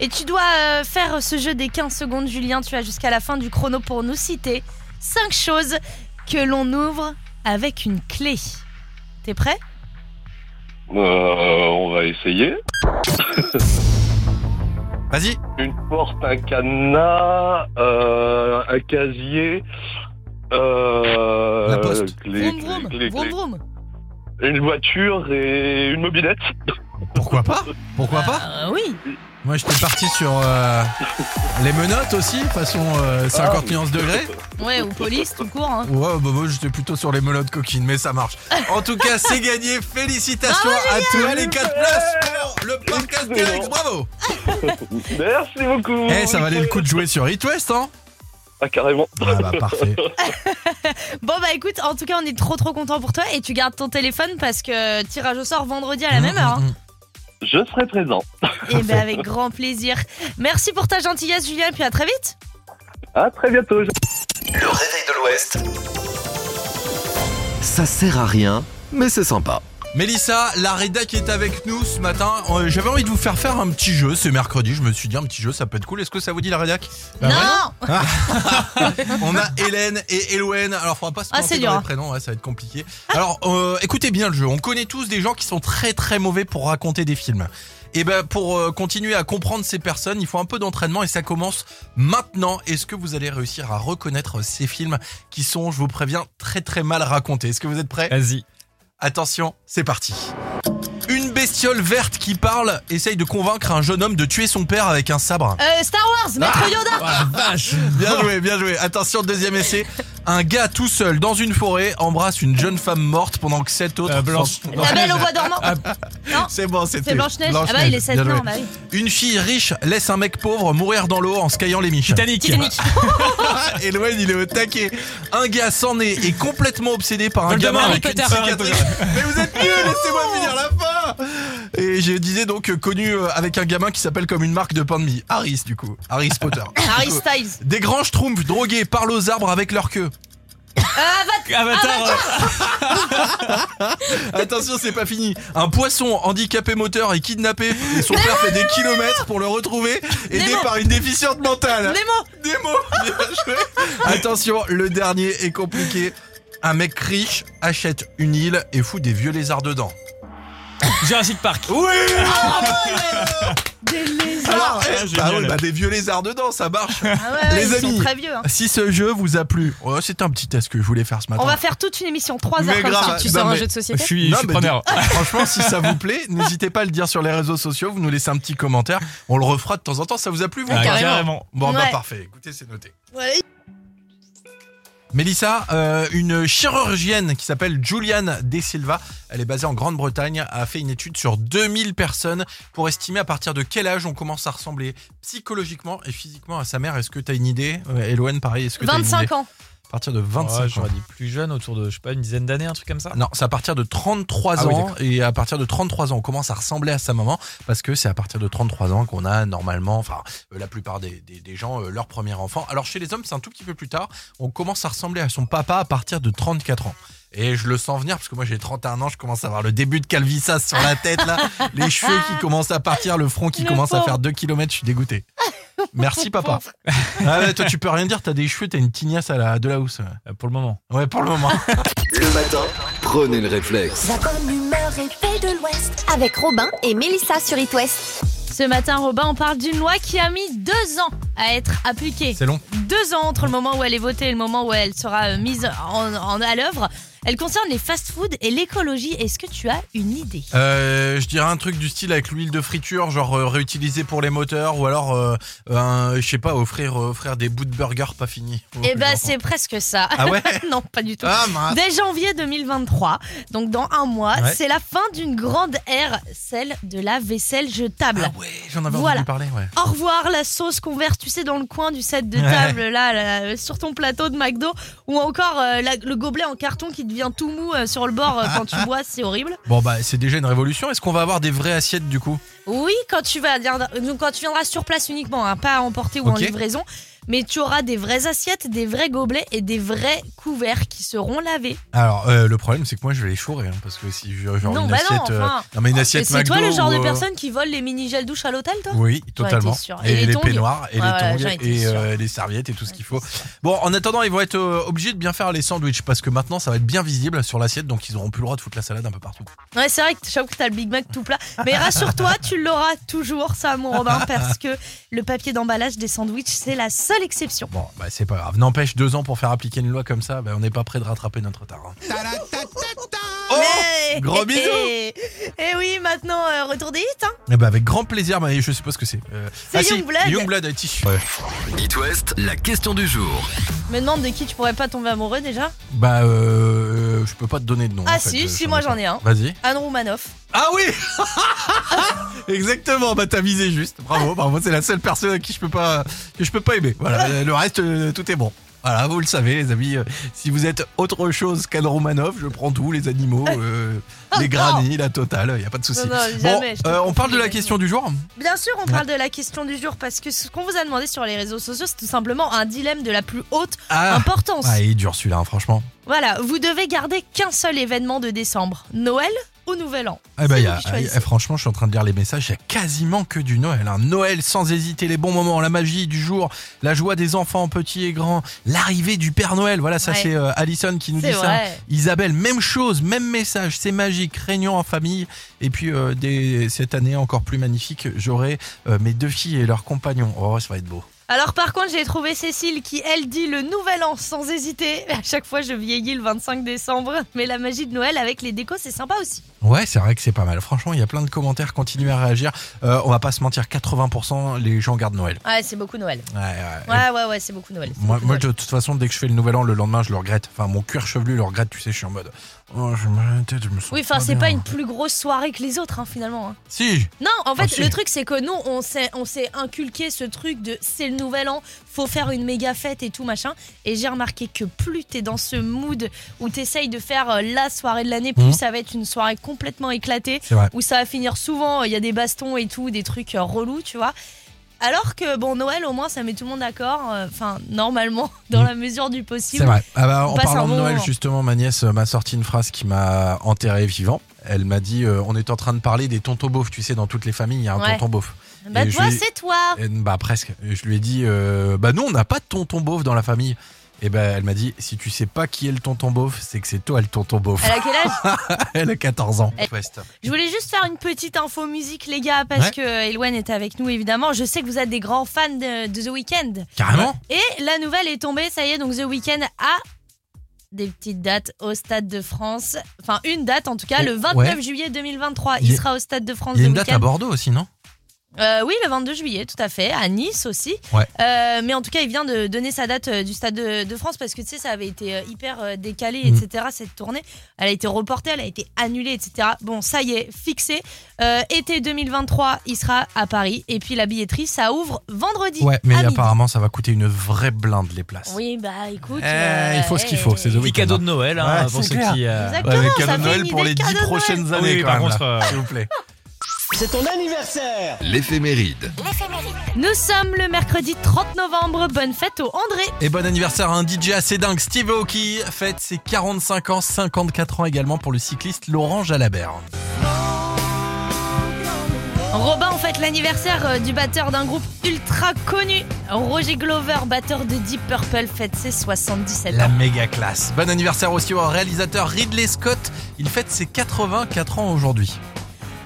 Speaker 4: Et tu dois euh, faire ce jeu des 15 secondes, Julien. Tu as jusqu'à la fin du chrono pour nous citer 5 choses que l'on ouvre avec une clé. T'es prêt
Speaker 11: Euh, on va essayer.
Speaker 5: Vas-y.
Speaker 11: Une porte, un cadenas, euh, un casier. Euh,
Speaker 5: La poste.
Speaker 11: clé,
Speaker 4: Vroom,
Speaker 11: clé,
Speaker 4: vroom,
Speaker 11: clé,
Speaker 4: vroom,
Speaker 11: clé.
Speaker 4: vroom.
Speaker 11: Une voiture et une mobilette.
Speaker 5: Pourquoi pas Pourquoi pas
Speaker 4: Euh, oui
Speaker 5: Moi, j'étais parti sur euh, les menottes aussi, façon euh, 50 nuances degrés.
Speaker 4: Ouais, ou police, tout court. hein.
Speaker 5: Ouais, bah, moi, j'étais plutôt sur les menottes coquines, mais ça marche. En tout cas, c'est gagné. Félicitations à toi, les 4 places pour le parc Astérix. Bravo
Speaker 11: Merci beaucoup.
Speaker 5: Eh, ça valait le coup de jouer sur It West, hein
Speaker 11: Ah, carrément.
Speaker 5: Ah bah, parfait.
Speaker 4: Bon bah écoute, en tout cas on est trop trop content pour toi et tu gardes ton téléphone parce que tirage au sort vendredi à la même heure. hein.
Speaker 11: Je serai présent.
Speaker 4: Et bah avec grand plaisir. Merci pour ta gentillesse Julien et puis à très vite.
Speaker 11: À très bientôt.
Speaker 1: Le réveil de l'Ouest. Ça sert à rien, mais c'est sympa.
Speaker 5: Mélissa, la Reda qui est avec nous ce matin. Euh, J'avais envie de vous faire faire un petit jeu ce mercredi. Je me suis dit un petit jeu, ça peut être cool. Est-ce que ça vous dit la Redac
Speaker 4: Non
Speaker 5: On a Hélène et Eloen. Alors, faudra pas se
Speaker 4: Ah,
Speaker 5: planter
Speaker 4: c'est
Speaker 5: dans
Speaker 4: dur.
Speaker 5: les prénoms, ouais, ça va être compliqué. Alors, euh, écoutez bien le jeu. On connaît tous des gens qui sont très très mauvais pour raconter des films. Et ben pour euh, continuer à comprendre ces personnes, il faut un peu d'entraînement et ça commence maintenant. Est-ce que vous allez réussir à reconnaître ces films qui sont, je vous préviens, très très mal racontés Est-ce que vous êtes prêts
Speaker 6: Vas-y.
Speaker 5: Attention, c'est parti. Une bestiole verte qui parle essaye de convaincre un jeune homme de tuer son père avec un sabre.
Speaker 4: Euh, Star Wars,
Speaker 5: Ah,
Speaker 4: Maître Yoda
Speaker 6: vache
Speaker 5: Bien joué, bien joué. Attention, deuxième essai. Un gars tout seul dans une forêt embrasse une jeune femme morte pendant que sept autres.
Speaker 6: Euh, Blanche.
Speaker 5: sont-
Speaker 4: La Belle au Bois dormant Non,
Speaker 5: Ah, C'est bon, c'était.
Speaker 4: c'est Blanche-Neige Ah bah, il est 7
Speaker 5: Bien joué.
Speaker 4: ans, bah oui.
Speaker 5: Une fille riche laisse un mec pauvre mourir dans l'eau en skiant les miches.
Speaker 6: Titanic.
Speaker 4: Titanic
Speaker 5: Et Loen, Ah, il est au taquet. Un gars sans nez est complètement obsédé par un
Speaker 6: Voldemort,
Speaker 5: gamin
Speaker 6: Harry
Speaker 5: avec une
Speaker 6: Potter.
Speaker 5: cicatrice.
Speaker 6: Harry
Speaker 5: Mais vous êtes nuls, laissez-moi finir la fin. Et je disais donc euh, connu euh, avec un gamin qui s'appelle comme une marque de pain de mie. Harris, du coup. Harris Potter.
Speaker 4: Harry
Speaker 5: Du coup,
Speaker 4: Styles
Speaker 5: Des grands schtroumpfs drogués parlent aux arbres avec leur queue.
Speaker 4: Ah, va-
Speaker 6: Avatar.
Speaker 5: Attention, c'est pas fini. Un poisson handicapé moteur est kidnappé et son père fait des kilomètres pour le retrouver, aidé
Speaker 4: Nemo.
Speaker 5: par une déficiente mentale.
Speaker 4: Nemo
Speaker 5: Des mots Bien joué. Attention, le dernier est compliqué. Un mec riche achète une île et fout des vieux lézards dedans.
Speaker 6: Jurassic Park.
Speaker 5: Oui
Speaker 4: Des lézards
Speaker 5: Alors, eh,
Speaker 6: Ah, génial.
Speaker 5: bah, ouais, bah, des vieux lézards dedans, ça marche.
Speaker 4: Ah ouais, ouais,
Speaker 5: les
Speaker 4: ils
Speaker 5: amis.
Speaker 4: sont très vieux hein.
Speaker 5: Si ce jeu vous a plu, oh, c'est un petit test que je voulais faire ce matin.
Speaker 4: On va faire toute une émission 3
Speaker 5: Mais
Speaker 4: heures comme
Speaker 5: grave.
Speaker 4: ça
Speaker 5: Tu sors un jeu de
Speaker 6: Je
Speaker 13: société
Speaker 6: suis, je
Speaker 5: Non,
Speaker 6: suis
Speaker 5: Ah, mais
Speaker 6: preneur.
Speaker 5: Franchement, si ça vous plaît, n'hésitez pas à le dire sur les réseaux sociaux, vous nous laissez un petit commentaire, on le refera de temps en temps, ça vous a plu vous
Speaker 6: Ah, carrément.
Speaker 5: Bon bah
Speaker 4: Ouais.
Speaker 5: parfait, écoutez, c'est noté.
Speaker 4: Ouais.
Speaker 5: Mélissa, euh, une chirurgienne qui s'appelle Juliane De Silva, elle est basée en Grande-Bretagne, a fait une étude sur 2000 personnes pour estimer à partir de quel âge on commence à ressembler psychologiquement et physiquement à sa mère. Est-ce que tu as une idée Euh, Eloane, pareil, est-ce que t'as une idée
Speaker 4: 25 ans
Speaker 5: À partir de
Speaker 6: Ouais,
Speaker 5: 25 ans.
Speaker 6: J'aurais dit plus jeune, autour de, je sais pas, une dizaine d'années, un truc comme ça.
Speaker 5: Non, c'est à partir de 33
Speaker 6: Ah oui,
Speaker 5: ans. et à partir de 33 ans, on commence à ressembler à sa maman parce que c'est à partir de 33 ans qu'on a normalement, enfin, euh, la plupart des, des- des gens, euh, leur premier enfant. Alors chez les hommes, c'est un tout petit peu plus tard. On commence à ressembler à son papa à partir de 34 ans. Et je le sens venir parce que moi j'ai 31 ans, je commence à avoir le début de calvissas sur la tête
Speaker 6: [laughs]
Speaker 5: là, les cheveux qui commencent à partir, le front qui
Speaker 4: Le
Speaker 5: commence à
Speaker 4: pauvre.
Speaker 5: faire 2 km, je suis
Speaker 6: [laughs]
Speaker 5: dégoûté. Merci papa. Ah ouais, toi tu peux rien dire, t'as des cheveux, t'as une tignasse à la de la housse.
Speaker 6: Euh, Pour le moment.
Speaker 5: Ouais, pour le moment.
Speaker 1: Le matin, prenez le réflexe.
Speaker 10: La bonne humeur et paix de l'Ouest.
Speaker 13: Avec Robin et Mélissa sur It West.
Speaker 4: Ce matin, Robin, on parle d'une loi qui a mis deux ans à être appliquée.
Speaker 5: C'est long.
Speaker 4: Deux ans entre le moment où elle est votée et le moment où elle sera euh, mise en, en- à l'œuvre. Elle concerne les fast-foods et l'écologie. Est-ce que tu as une idée
Speaker 5: Euh, je dirais un truc du style avec l'huile de friture, genre euh, réutilisée pour les moteurs, ou alors, euh, un- je sais pas, offrir, euh, offrir des bouts de burger pas finis.
Speaker 4: Eh ben, c'est presque ça.
Speaker 5: Oh, Ah ouais
Speaker 4: [laughs] non, pas du tout.
Speaker 5: Ah mince.
Speaker 4: Dès janvier 2023, donc dans un mois,
Speaker 5: Ouais.
Speaker 4: c'est la fin d'une grande ère, celle de la vaisselle jetable.
Speaker 5: Ah ouais, j'en avais
Speaker 4: Voilà.
Speaker 5: entendu parler, ouais.
Speaker 4: Au revoir la sauce qu'on verse, tu sais, dans le coin du set de
Speaker 5: Ouais.
Speaker 4: table, là, là, euh, sur ton plateau de McDo, ou encore euh, la- le gobelet en carton qui devient tout mou euh, sur le bord euh, quand
Speaker 5: [laughs]
Speaker 4: tu bois, c'est horrible.
Speaker 5: Bon bah c'est déjà une révolution, est-ce qu'on va avoir des vraies assiettes du coup
Speaker 4: Oui, quand tu vas, donc quand tu viendras sur place uniquement, hein, pas à emporter ou en
Speaker 5: Ok.
Speaker 4: livraison, mais tu auras des vraies assiettes, des vrais gobelets et des vrais couverts qui seront lavés.
Speaker 5: Alors euh, le problème c'est que moi je vais les chourer, hein, parce que si je genre
Speaker 4: Non,
Speaker 5: une
Speaker 4: bah non,
Speaker 5: assiette... euh,
Speaker 4: enfin.
Speaker 5: non mais une
Speaker 4: Et
Speaker 5: assiette
Speaker 4: c'est toi
Speaker 5: McDo
Speaker 4: le genre
Speaker 5: ou,
Speaker 4: de
Speaker 5: euh,
Speaker 4: personne qui vole les mini gels douche à l'hôtel, toi
Speaker 5: Oui, totalement.
Speaker 4: t'es sûr.
Speaker 5: Et,
Speaker 4: Et les
Speaker 5: les
Speaker 4: tongs.
Speaker 5: peignoirs, et
Speaker 4: Ouais, ouais,
Speaker 5: les
Speaker 4: j'en
Speaker 5: tongs,
Speaker 4: étais
Speaker 5: et
Speaker 4: sûre.
Speaker 5: euh, les serviettes, et tout ce qu'il faut.
Speaker 4: Ouais,
Speaker 5: Bon, en attendant, ils vont être euh, obligés de bien faire les sandwichs, parce que maintenant, ça va être bien visible sur l'assiette, donc ils auront plus le droit de foutre la salade un peu partout.
Speaker 4: Ouais, c'est vrai que j'avoue que t'as le Big Mac tout plat. Mais rassure-toi, tu l'auras toujours, ça, mon
Speaker 5: [laughs]
Speaker 4: Robin, parce que le papier d'emballage des sandwichs, c'est la seule exception.
Speaker 5: Bon, bah, c'est pas grave. N'empêche, deux ans pour faire appliquer une loi comme ça, bah, on n'est pas prêt de rattraper notre retard. hein. Oh
Speaker 4: Mais-
Speaker 5: gros bisous.
Speaker 4: Et, oui, maintenant, euh, retour des hits, hein.
Speaker 5: Eh bah, avec grand plaisir, mais je sais pas ce que c'est. Euh,
Speaker 4: C'est
Speaker 5: si,
Speaker 4: Youngblood.
Speaker 5: Youngblood, euh, tissu.
Speaker 1: It West, la question du jour.
Speaker 4: Je me demande de qui tu pourrais pas tomber amoureux déjà.
Speaker 5: Bah, euh, je peux pas te donner de nom.
Speaker 4: Ah
Speaker 5: en fait,
Speaker 4: si,
Speaker 5: euh,
Speaker 4: si,
Speaker 5: sur
Speaker 4: moi
Speaker 5: le
Speaker 4: j'en
Speaker 5: temps.
Speaker 4: ai un.
Speaker 5: Vas-y.
Speaker 4: Anne Roumanoff.
Speaker 5: Ah oui [laughs] Exactement, bah t'as visé juste. Bravo, bravo, c'est la seule personne à qui je peux pas que je peux pas aimer. Voilà,
Speaker 4: [laughs]
Speaker 5: euh, le reste euh, tout est bon. Voilà, vous le savez les amis, euh, si vous êtes autre chose qu'Anne Romanov, je prends tout,
Speaker 4: [laughs]
Speaker 5: les animaux, euh, les granits, la totale, il y a pas de souci.
Speaker 4: Non, non,
Speaker 5: Bon,
Speaker 4: jamais, je te
Speaker 5: euh, on parle de la
Speaker 4: comprends,
Speaker 5: question du jour.
Speaker 4: Bien sûr, on parle de la question du jour parce que ce qu'on vous a demandé sur les réseaux sociaux, c'est tout simplement un dilemme de la plus haute
Speaker 5: Ah,
Speaker 4: importance.
Speaker 5: ah, il est dur celui-là, hein, franchement.
Speaker 4: Voilà, vous devez garder qu'un seul événement de décembre. Noël au Nouvel An.
Speaker 5: Eh ben,
Speaker 4: C'est
Speaker 5: il y
Speaker 4: vous
Speaker 5: a-
Speaker 4: qui choisissez.
Speaker 5: eh, franchement, je suis en train de lire les messages, il y a quasiment que du Noël. hein. Noël sans hésiter, les bons moments, la magie du jour, la joie des enfants petits et grands, l'arrivée du Père Noël. Voilà, ça
Speaker 4: Ouais.
Speaker 5: c'est euh, Alison qui nous
Speaker 4: C'est
Speaker 5: dit ça.
Speaker 4: vrai.
Speaker 5: Isabelle, même chose, même message, c'est magique, réunion en famille. Et puis euh, des- cette année encore plus magnifique, j'aurai euh, mes deux filles et leurs compagnons. Oh, ça va être beau.
Speaker 4: Alors par contre, j'ai trouvé Cécile qui, elle, dit le Nouvel An sans hésiter. [laughs] À chaque fois, je vieillis le 25 décembre, mais la magie de Noël avec les décos, c'est sympa aussi.
Speaker 5: Ouais, c'est vrai que c'est pas mal. Franchement, il y a plein de commentaires, continuez à réagir. Euh, on va pas se mentir, 80% les gens gardent Noël.
Speaker 4: Ouais, c'est beaucoup Noël.
Speaker 5: Ouais, ouais.
Speaker 4: Ouais, ouais, ouais, c'est beaucoup Noël. c'est
Speaker 5: Moi,
Speaker 4: beaucoup
Speaker 5: moi,
Speaker 4: Noël.
Speaker 5: de toute façon, dès que je fais le nouvel an, le lendemain, je le regrette. Enfin, mon cuir chevelu le regrette, tu sais, je suis en mode. Oh, je me, je me sens
Speaker 4: Oui, enfin, c'est
Speaker 5: bien.
Speaker 4: pas une plus grosse soirée que les autres, hein, finalement. hein.
Speaker 5: Si
Speaker 4: Non, en fait,
Speaker 5: Ah, si.
Speaker 4: le truc, c'est que nous, on s'est, on s'est inculqué ce truc de c'est le nouvel an, faut faire une méga fête et tout machin. Et j'ai remarqué que plus t'es dans ce mood où t'essayes de faire euh, la soirée de l'année, plus
Speaker 5: Mhm.
Speaker 4: ça va être une soirée complètement éclatée,
Speaker 5: C'est vrai.
Speaker 4: où ça va finir souvent, il y a des bastons et tout, des trucs euh, relous, tu vois. Alors que, bon, Noël, au moins, ça met tout le monde d'accord, euh, enfin, normalement, [laughs] dans
Speaker 5: Mhm.
Speaker 4: la mesure du possible.
Speaker 5: C'est vrai. Ah bah,
Speaker 4: On
Speaker 5: en
Speaker 4: passe
Speaker 5: parlant
Speaker 4: un
Speaker 5: de
Speaker 4: bon
Speaker 5: Noël,
Speaker 4: moment.
Speaker 5: justement, ma nièce euh, m'a sorti une phrase qui m'a enterré vivant. Elle m'a dit euh, on est en train de parler des tontons beaufs. Tu sais, dans toutes les familles, il y a un
Speaker 4: Ouais.
Speaker 5: tonton beauf.
Speaker 4: Bah,
Speaker 5: Et je
Speaker 4: toi,
Speaker 5: lui ai-
Speaker 4: c'est toi
Speaker 5: Et, bah, presque. Et je lui ai dit euh, bah, non, on n'a pas de tonton beauf dans la famille. Et ben, elle m'a dit si tu sais pas qui est le tonton beauf, c'est que c'est toi le tonton beauf.
Speaker 4: Elle a quel âge
Speaker 5: [laughs] Elle a 14 ans.
Speaker 4: Elle-
Speaker 5: Ouest.
Speaker 4: Je voulais juste faire une petite info musique, les gars, parce
Speaker 5: Ouais.
Speaker 4: que Elwen est avec nous, évidemment. Je sais que vous êtes des grands fans de, de The Weeknd.
Speaker 5: Carrément
Speaker 4: Et la nouvelle est tombée, ça y est, donc The Weeknd a des petites dates au Stade de France. Enfin, une date en tout cas,
Speaker 5: Oh,
Speaker 4: le 29
Speaker 5: ouais.
Speaker 4: juillet 2023.
Speaker 5: Il y
Speaker 4: Il
Speaker 5: a-
Speaker 4: sera au Stade de France
Speaker 5: Il y a
Speaker 4: The
Speaker 5: une date à
Speaker 4: Weeknd.
Speaker 5: Bordeaux aussi, non
Speaker 4: Euh, oui, le 22 juillet, tout à fait, à Nice aussi.
Speaker 5: Ouais.
Speaker 4: Euh, mais en tout cas, il vient de donner sa date euh, du Stade de, de France parce que tu sais, ça avait été euh, hyper euh, décalé,
Speaker 5: Mhm.
Speaker 4: etc. Cette tournée, elle a été reportée, elle a été annulée, etc. Bon, ça y est, fixé. Euh, été 2023, il sera à Paris. Et puis la billetterie, ça ouvre vendredi.
Speaker 5: Ouais, mais
Speaker 4: à midi.
Speaker 5: apparemment, ça va coûter une vraie blinde les places.
Speaker 4: Oui, bah écoute.
Speaker 5: Eh, il faut ce qu'il
Speaker 4: eh,
Speaker 5: faut, c'est The
Speaker 6: Petit
Speaker 5: Weeknd.
Speaker 6: cadeau de Noël hein,
Speaker 5: Ouais,
Speaker 6: pour
Speaker 5: c'est
Speaker 6: ceux
Speaker 5: clair.
Speaker 6: qui. euh,
Speaker 4: Exactement,
Speaker 5: Ouais, mais
Speaker 4: ça
Speaker 5: cadeau de
Speaker 4: fait
Speaker 5: Noël
Speaker 4: une
Speaker 5: pour
Speaker 4: idée
Speaker 5: les
Speaker 4: de
Speaker 5: 10
Speaker 4: cadeau de Noël.
Speaker 5: prochaines
Speaker 6: Ah
Speaker 5: années,
Speaker 6: oui,
Speaker 5: quand
Speaker 6: par
Speaker 5: même,
Speaker 6: contre,
Speaker 5: là.
Speaker 6: euh,
Speaker 5: s'il vous plaît.
Speaker 1: C'est ton anniversaire L'éphéméride.
Speaker 4: Nous sommes le mercredi 30 novembre. Bonne fête au André.
Speaker 5: [laughs] Et bon anniversaire à un DJ assez dingue, Steve Aoki, fête ses 45 ans, 54 ans également pour le cycliste Laurent Jalabert.
Speaker 4: Robin, en fait, l'anniversaire euh, du batteur d'un groupe ultra connu. Roger Glover, batteur de Deep Purple, fête ses 77
Speaker 5: La
Speaker 4: ans.
Speaker 5: méga classe. Bon anniversaire aussi au réalisateur Ridley Scott, il fête ses 84 ans aujourd'hui.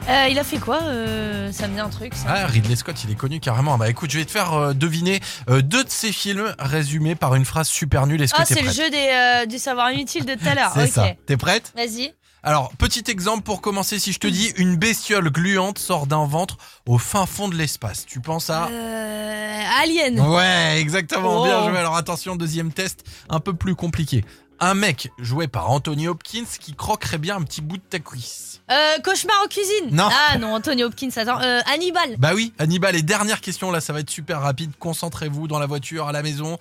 Speaker 4: Euh, il a fait quoi euh, Ça me dit un truc. ça.
Speaker 5: Ah, Ridley Scott, il est connu carrément. Bah écoute, je vais te faire euh, deviner euh, deux de ses films résumés par une phrase super nulle. Est-ce que
Speaker 4: Ah,
Speaker 5: t'es
Speaker 4: c'est le
Speaker 5: prête
Speaker 4: jeu des, euh, du savoir inutile de tout à l'heure.
Speaker 5: C'est
Speaker 4: Ok.
Speaker 5: ça. T'es prête
Speaker 4: Vas-y.
Speaker 5: Alors, petit exemple pour commencer, si je te dis une bestiole gluante sort d'un ventre au fin fond de l'espace, tu penses à...
Speaker 4: Euh, Alien.
Speaker 5: Ouais, exactement,
Speaker 4: Oh.
Speaker 5: bien joué. Alors attention, deuxième test, un peu plus compliqué. Un mec joué par Anthony Hopkins qui croquerait bien un petit bout de ta cuisse.
Speaker 4: Euh, cauchemar en cuisine.
Speaker 5: Non.
Speaker 4: Ah non, Anthony Hopkins, attends. Euh, Hannibal.
Speaker 5: Bah oui, Hannibal, et dernière question, là ça va être super rapide, concentrez-vous dans la voiture, à la maison.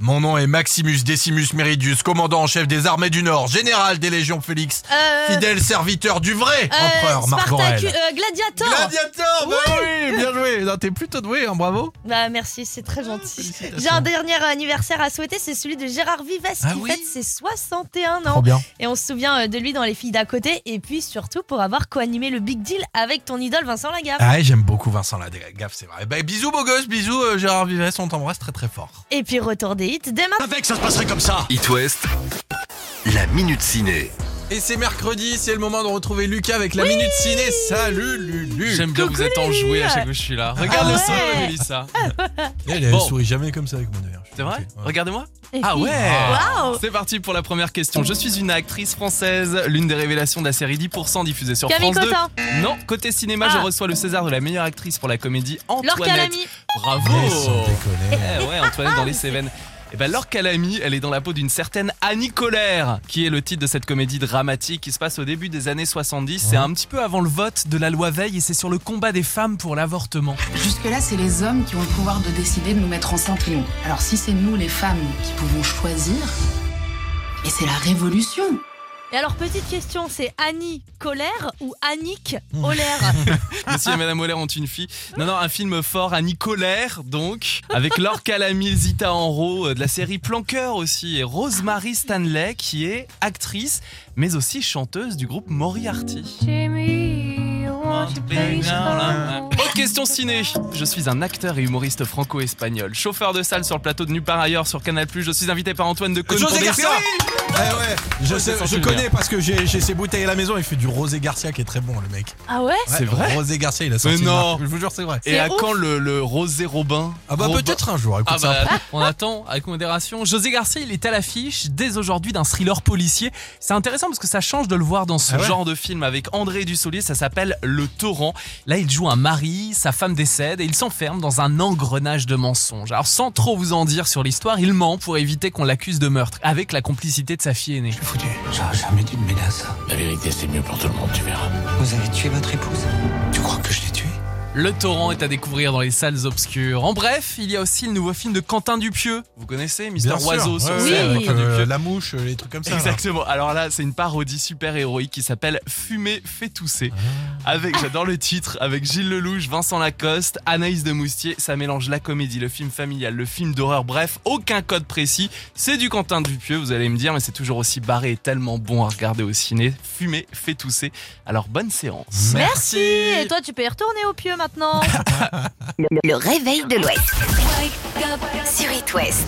Speaker 5: Mon nom est Maximus Decimus Meridius, commandant en chef des armées du Nord, général des légions Félix,
Speaker 4: Euh,
Speaker 5: fidèle serviteur du vrai
Speaker 4: euh,
Speaker 5: empereur Marc Aurèle.
Speaker 4: Spartacu- euh, Gladiator.
Speaker 5: Gladiator, bah oui, bien joué. Non, t'es plutôt doué, hein, bravo.
Speaker 4: Bah, merci, c'est très gentil.
Speaker 5: félicitations.
Speaker 4: J'ai un dernier anniversaire à souhaiter, c'est celui de Gérard Vives
Speaker 5: Ah
Speaker 4: qui
Speaker 5: oui
Speaker 4: fête ses 61 ans.
Speaker 5: Trop bien.
Speaker 4: Et on se souvient euh, de lui dans Les filles d'à côté, et puis surtout pour avoir co-animé le Big Deal avec ton idole Vincent Lagaffe.
Speaker 5: Ah ouais, j'aime beaucoup Vincent là, gaffe, c'est vrai. Bah, bisous beau gosse, bisous euh, Gérard Vives, on t'embrasse très très fort.
Speaker 4: Et puis retour des hits demain.
Speaker 9: Avec, ça se passerait comme ça
Speaker 1: It West, la minute ciné.
Speaker 5: Et c'est mercredi, c'est le moment de retrouver Lucas avec la minute ciné. Salut Lulu.
Speaker 3: J'aime bien, vous êtes enjoué à chaque fois que je suis là. Regarde
Speaker 4: Ah
Speaker 3: le
Speaker 4: ouais.
Speaker 3: sourire, Mélissa.
Speaker 5: Eh, Elle, elle
Speaker 3: Bon.
Speaker 5: sourit jamais comme ça avec mon hein, ailleurs.
Speaker 3: C'est vrai
Speaker 5: Ouais.
Speaker 3: Regardez-moi.
Speaker 4: Et
Speaker 3: Ah
Speaker 4: puis-
Speaker 3: ouais
Speaker 4: Waouh
Speaker 3: C'est parti pour la première question. Je suis une actrice française, l'une des révélations de la série 10% diffusée sur
Speaker 4: Camille
Speaker 3: France
Speaker 4: Cotin,
Speaker 3: 2. Non, côté cinéma, je
Speaker 4: Ah.
Speaker 3: reçois le César de la meilleure actrice pour la comédie
Speaker 4: Laure
Speaker 3: Antoinette.
Speaker 4: Calamy,
Speaker 3: Bravo
Speaker 5: Mais sans déconner.
Speaker 3: Eh ouais, Antoinette dans les Cévennes. Et ben Laure Calamy, elle est dans la peau d'une certaine Annie Colère, qui est le titre de cette comédie dramatique qui se passe au début des années 70. C'est un petit peu avant le vote de la loi Veil et c'est sur le combat des femmes pour l'avortement.
Speaker 7: Jusque-là, c'est les hommes qui ont le pouvoir de décider de nous mettre enceintes ou non. Alors si c'est nous, les femmes, qui pouvons choisir, mais c'est la révolution
Speaker 4: Et alors, petite question, c'est Annie Colère ou Annick
Speaker 5: Mmh. [laughs]
Speaker 4: Olaire
Speaker 3: Monsieur et Madame Olaire ont une fille. Non, non, un film fort, Annie Colère, donc, avec Laure Calamil, Zita Enro, euh, de la série Planqueur aussi, et Rosemary Stanley, qui est actrice, mais aussi chanteuse du groupe Moriarty. Autre question ciné. Je suis un acteur et humoriste franco-espagnol, chauffeur de salle sur le plateau de Nu par ailleurs sur Canal+. Je suis invité par Antoine de Caunes pour
Speaker 5: José
Speaker 3: des
Speaker 5: Garcia Eh ouais, je,
Speaker 3: Ouais,
Speaker 5: sais-
Speaker 3: c'est
Speaker 5: je
Speaker 3: sorti,
Speaker 5: connais
Speaker 3: le
Speaker 5: parce que j'ai j'ai ses bouteilles à la maison. Il fait du Rosé Garcia qui est très bon, le mec.
Speaker 4: Ah ouais
Speaker 5: Ouais,
Speaker 3: C'est vrai
Speaker 5: Rosé Garcia, il a sorti.
Speaker 3: Mais
Speaker 5: une
Speaker 3: non.
Speaker 5: marque. Je vous jure, c'est vrai.
Speaker 3: Et à
Speaker 4: ouf.
Speaker 3: quand le, le Rosé Robin
Speaker 5: Ah bah
Speaker 3: Robin-
Speaker 5: peut-être un jour. Écoute,
Speaker 3: Ah
Speaker 5: ça.
Speaker 3: bah, on attend avec modération. José Garcia, il est à l'affiche dès aujourd'hui d'un thriller policier. C'est intéressant parce que ça change de le voir dans ce
Speaker 5: Ah ouais
Speaker 3: genre de film avec André Dussolier. Ça s'appelle Le Torrent. Là, il joue un mari, sa femme décède et il s'enferme dans un engrenage de mensonges. Alors, sans trop vous en dire sur l'histoire, il ment pour éviter qu'on l'accuse de meurtre avec la complicité de sa fille aînée.
Speaker 9: Foutu.
Speaker 8: J'aurais jamais dû me mêler à ça.
Speaker 9: La vérité, c'est mieux pour tout le monde, tu verras.
Speaker 8: Vous avez tué votre épouse
Speaker 9: Tu crois que je l'ai tué
Speaker 3: Le torrent est à découvrir dans les salles obscures. En bref, il y a aussi le nouveau film de Quentin Dupieux. Vous connaissez Mister
Speaker 5: Bien sûr,
Speaker 3: Oiseau sur
Speaker 5: ouais,
Speaker 4: Oui.
Speaker 5: ouais,
Speaker 3: scène,
Speaker 5: avec,
Speaker 3: Quentin
Speaker 5: euh,
Speaker 3: Dupieux.
Speaker 5: la mouche, euh, les trucs comme ça. là.
Speaker 3: Exactement. Alors là, c'est une parodie super héroïque qui s'appelle Fumer fait tousser.
Speaker 5: Ah.
Speaker 3: Avec, j'adore le titre, avec Gilles Lelouch, Vincent Lacoste, Anaïs de Moustier. Ça mélange la comédie, le film familial, le film d'horreur. Bref, aucun code précis. C'est du Quentin Dupieux, vous allez me dire, mais c'est toujours aussi barré et tellement bon à regarder au ciné. Fumer fait tousser. Alors bonne séance.
Speaker 4: Merci Et toi, tu peux y retourner au pieu
Speaker 5: [laughs]
Speaker 4: maintenant
Speaker 13: Le réveil de l'Ouest. Sur It West.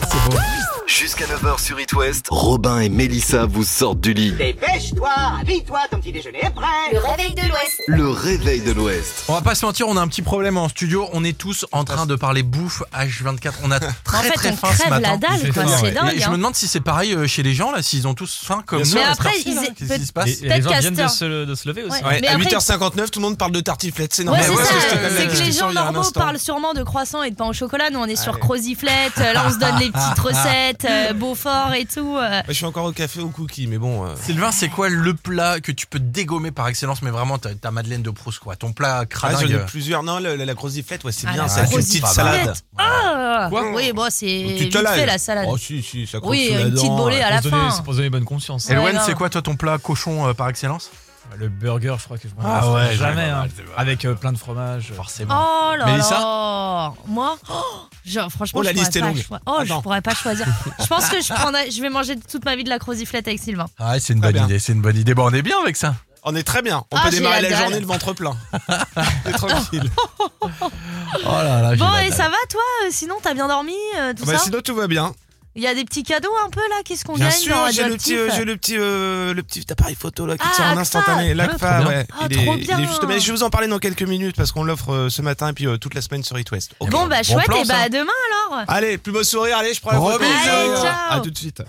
Speaker 1: Jusqu'à 9h sur It West, Robin et Mélissa vous sortent du lit.
Speaker 2: Dépêche-toi, habille-toi, ton petit déjeuner est prêt.
Speaker 13: Le réveil de l'Ouest.
Speaker 1: Le réveil de l'Ouest.
Speaker 5: On va pas se mentir, on a un petit problème en studio. On est tous en train de parler bouffe H24. On a très
Speaker 4: En fait,
Speaker 5: très
Speaker 4: on
Speaker 5: faim ce
Speaker 4: crève
Speaker 5: matin.
Speaker 4: la dalle, quoi,
Speaker 5: Ouais.
Speaker 4: c'est
Speaker 5: Mais
Speaker 4: dingue.
Speaker 5: je me
Speaker 4: hein.
Speaker 5: demande si c'est pareil euh, chez les gens là, s'ils ont tous faim comme
Speaker 6: Bien
Speaker 5: nous.
Speaker 6: sûr.
Speaker 4: Mais
Speaker 5: à cette
Speaker 4: après,
Speaker 5: heure-ci, là.
Speaker 4: ils-
Speaker 5: qu'est-ce qui se passe
Speaker 6: Et, et les gens viennent de
Speaker 4: Podcaster.
Speaker 6: se, de se lever aussi.
Speaker 4: Ouais, Mais
Speaker 12: à
Speaker 4: après-
Speaker 12: 8h59, tout le monde parle de tartiflette, c'est
Speaker 4: Ouais,
Speaker 12: normal.
Speaker 4: c'est
Speaker 5: ouais,
Speaker 4: ça,
Speaker 5: c'est ce que
Speaker 4: euh,
Speaker 5: j'avais
Speaker 4: c'est que
Speaker 5: dit,
Speaker 4: les
Speaker 5: il y a
Speaker 4: gens
Speaker 5: un
Speaker 4: normaux
Speaker 5: instant.
Speaker 4: parlent sûrement de croissants et de pain au chocolat. Nous, on est sur Croziflette, euh, là, on se donne
Speaker 5: [laughs]
Speaker 4: les petites recettes, euh, Beaufort et tout. euh.
Speaker 12: Je suis encore au café ou cookie, mais bon. euh,
Speaker 5: Sylvain, c'est quoi le plat que tu peux dégommer par excellence, mais vraiment ta, ta Madeleine de Proust, quoi Ton plat
Speaker 12: Ah, j'en
Speaker 5: cradingue.
Speaker 12: ai plusieurs. Non, le- la, la grosse giflette, ouais, c'est
Speaker 4: Ah,
Speaker 12: bien.
Speaker 4: la
Speaker 12: Ça, avec une
Speaker 4: grosse
Speaker 12: petite
Speaker 5: giflette.
Speaker 12: salade.
Speaker 4: Ah
Speaker 12: Quoi
Speaker 4: Oui, bon, c'est
Speaker 12: Tu
Speaker 4: vite
Speaker 12: te la
Speaker 4: fait
Speaker 12: lèves.
Speaker 4: la salade.
Speaker 12: Oh, si, si, ça croque
Speaker 4: Oui,
Speaker 12: sous la
Speaker 4: une petite
Speaker 12: dent,
Speaker 4: bolée
Speaker 12: euh,
Speaker 4: à la
Speaker 6: Pour se donner-
Speaker 4: fin.
Speaker 6: C'est pour se donner bonne conscience. hein.
Speaker 4: Ouais,
Speaker 5: Elwen,
Speaker 4: grave.
Speaker 5: c'est quoi toi ton plat cochon euh, par excellence
Speaker 6: Le burger, je crois que je m'en
Speaker 5: Ah ouais,
Speaker 6: jamais.
Speaker 5: je-
Speaker 6: hein. Avec euh, plein de fromage.
Speaker 5: Forcément.
Speaker 4: Oh là
Speaker 5: Mélissa
Speaker 4: là Moi oh, genre, Franchement,
Speaker 12: Oh, la
Speaker 4: je, pourrais
Speaker 12: liste est
Speaker 4: pas,
Speaker 12: longue.
Speaker 4: je pourrais- oh, je
Speaker 12: Attends.
Speaker 4: pourrais pas choisir. je pense que je, prendrais, je vais manger toute ma vie de la croziflette avec Sylvain.
Speaker 5: Ah, c'est une
Speaker 12: Très
Speaker 5: bonne
Speaker 12: bien.
Speaker 5: idée, c'est une bonne idée. Bon, on est bien avec ça.
Speaker 12: On est très bien. On
Speaker 4: Ah,
Speaker 12: peut
Speaker 4: j'ai
Speaker 12: démarrer
Speaker 4: la
Speaker 12: la
Speaker 4: dalle. Ah,
Speaker 12: journée le ventre [laughs] plein. T'es tranquille.
Speaker 5: Oh là là. j'ai
Speaker 4: Bon,
Speaker 5: la
Speaker 4: et
Speaker 5: dalle.
Speaker 4: ça va, toi euh, Sinon, t'as bien dormi euh, Tout
Speaker 12: Bah,
Speaker 4: ça
Speaker 12: sinon, tout va bien.
Speaker 4: Il y a des petits cadeaux un peu là Qu'est-ce qu'on
Speaker 12: Bien
Speaker 4: gagne dans
Speaker 12: sûr, j'ai le petit,
Speaker 4: Radioactif
Speaker 12: euh, j'ai le petit, euh, le petit appareil photo là qui
Speaker 4: Ah,
Speaker 12: tient en
Speaker 4: Agfa.
Speaker 12: instantané.
Speaker 5: Ah,
Speaker 12: L'ACFA,
Speaker 5: trop
Speaker 12: ouais.
Speaker 4: Ah,
Speaker 12: il,
Speaker 4: trop
Speaker 12: est, il est
Speaker 4: bien.
Speaker 12: juste. Mais je vais vous en parler dans quelques minutes parce qu'on l'offre euh, ce matin et puis euh, toute la semaine sur It West.
Speaker 4: Bon, bah, chouette,
Speaker 5: plan,
Speaker 4: et bah,
Speaker 5: ça.
Speaker 4: à demain alors
Speaker 12: Allez, plus beau sourire, allez, je prends la
Speaker 5: Gros
Speaker 12: photo.
Speaker 5: bisous.
Speaker 4: Allez, ciao.
Speaker 12: À tout de suite.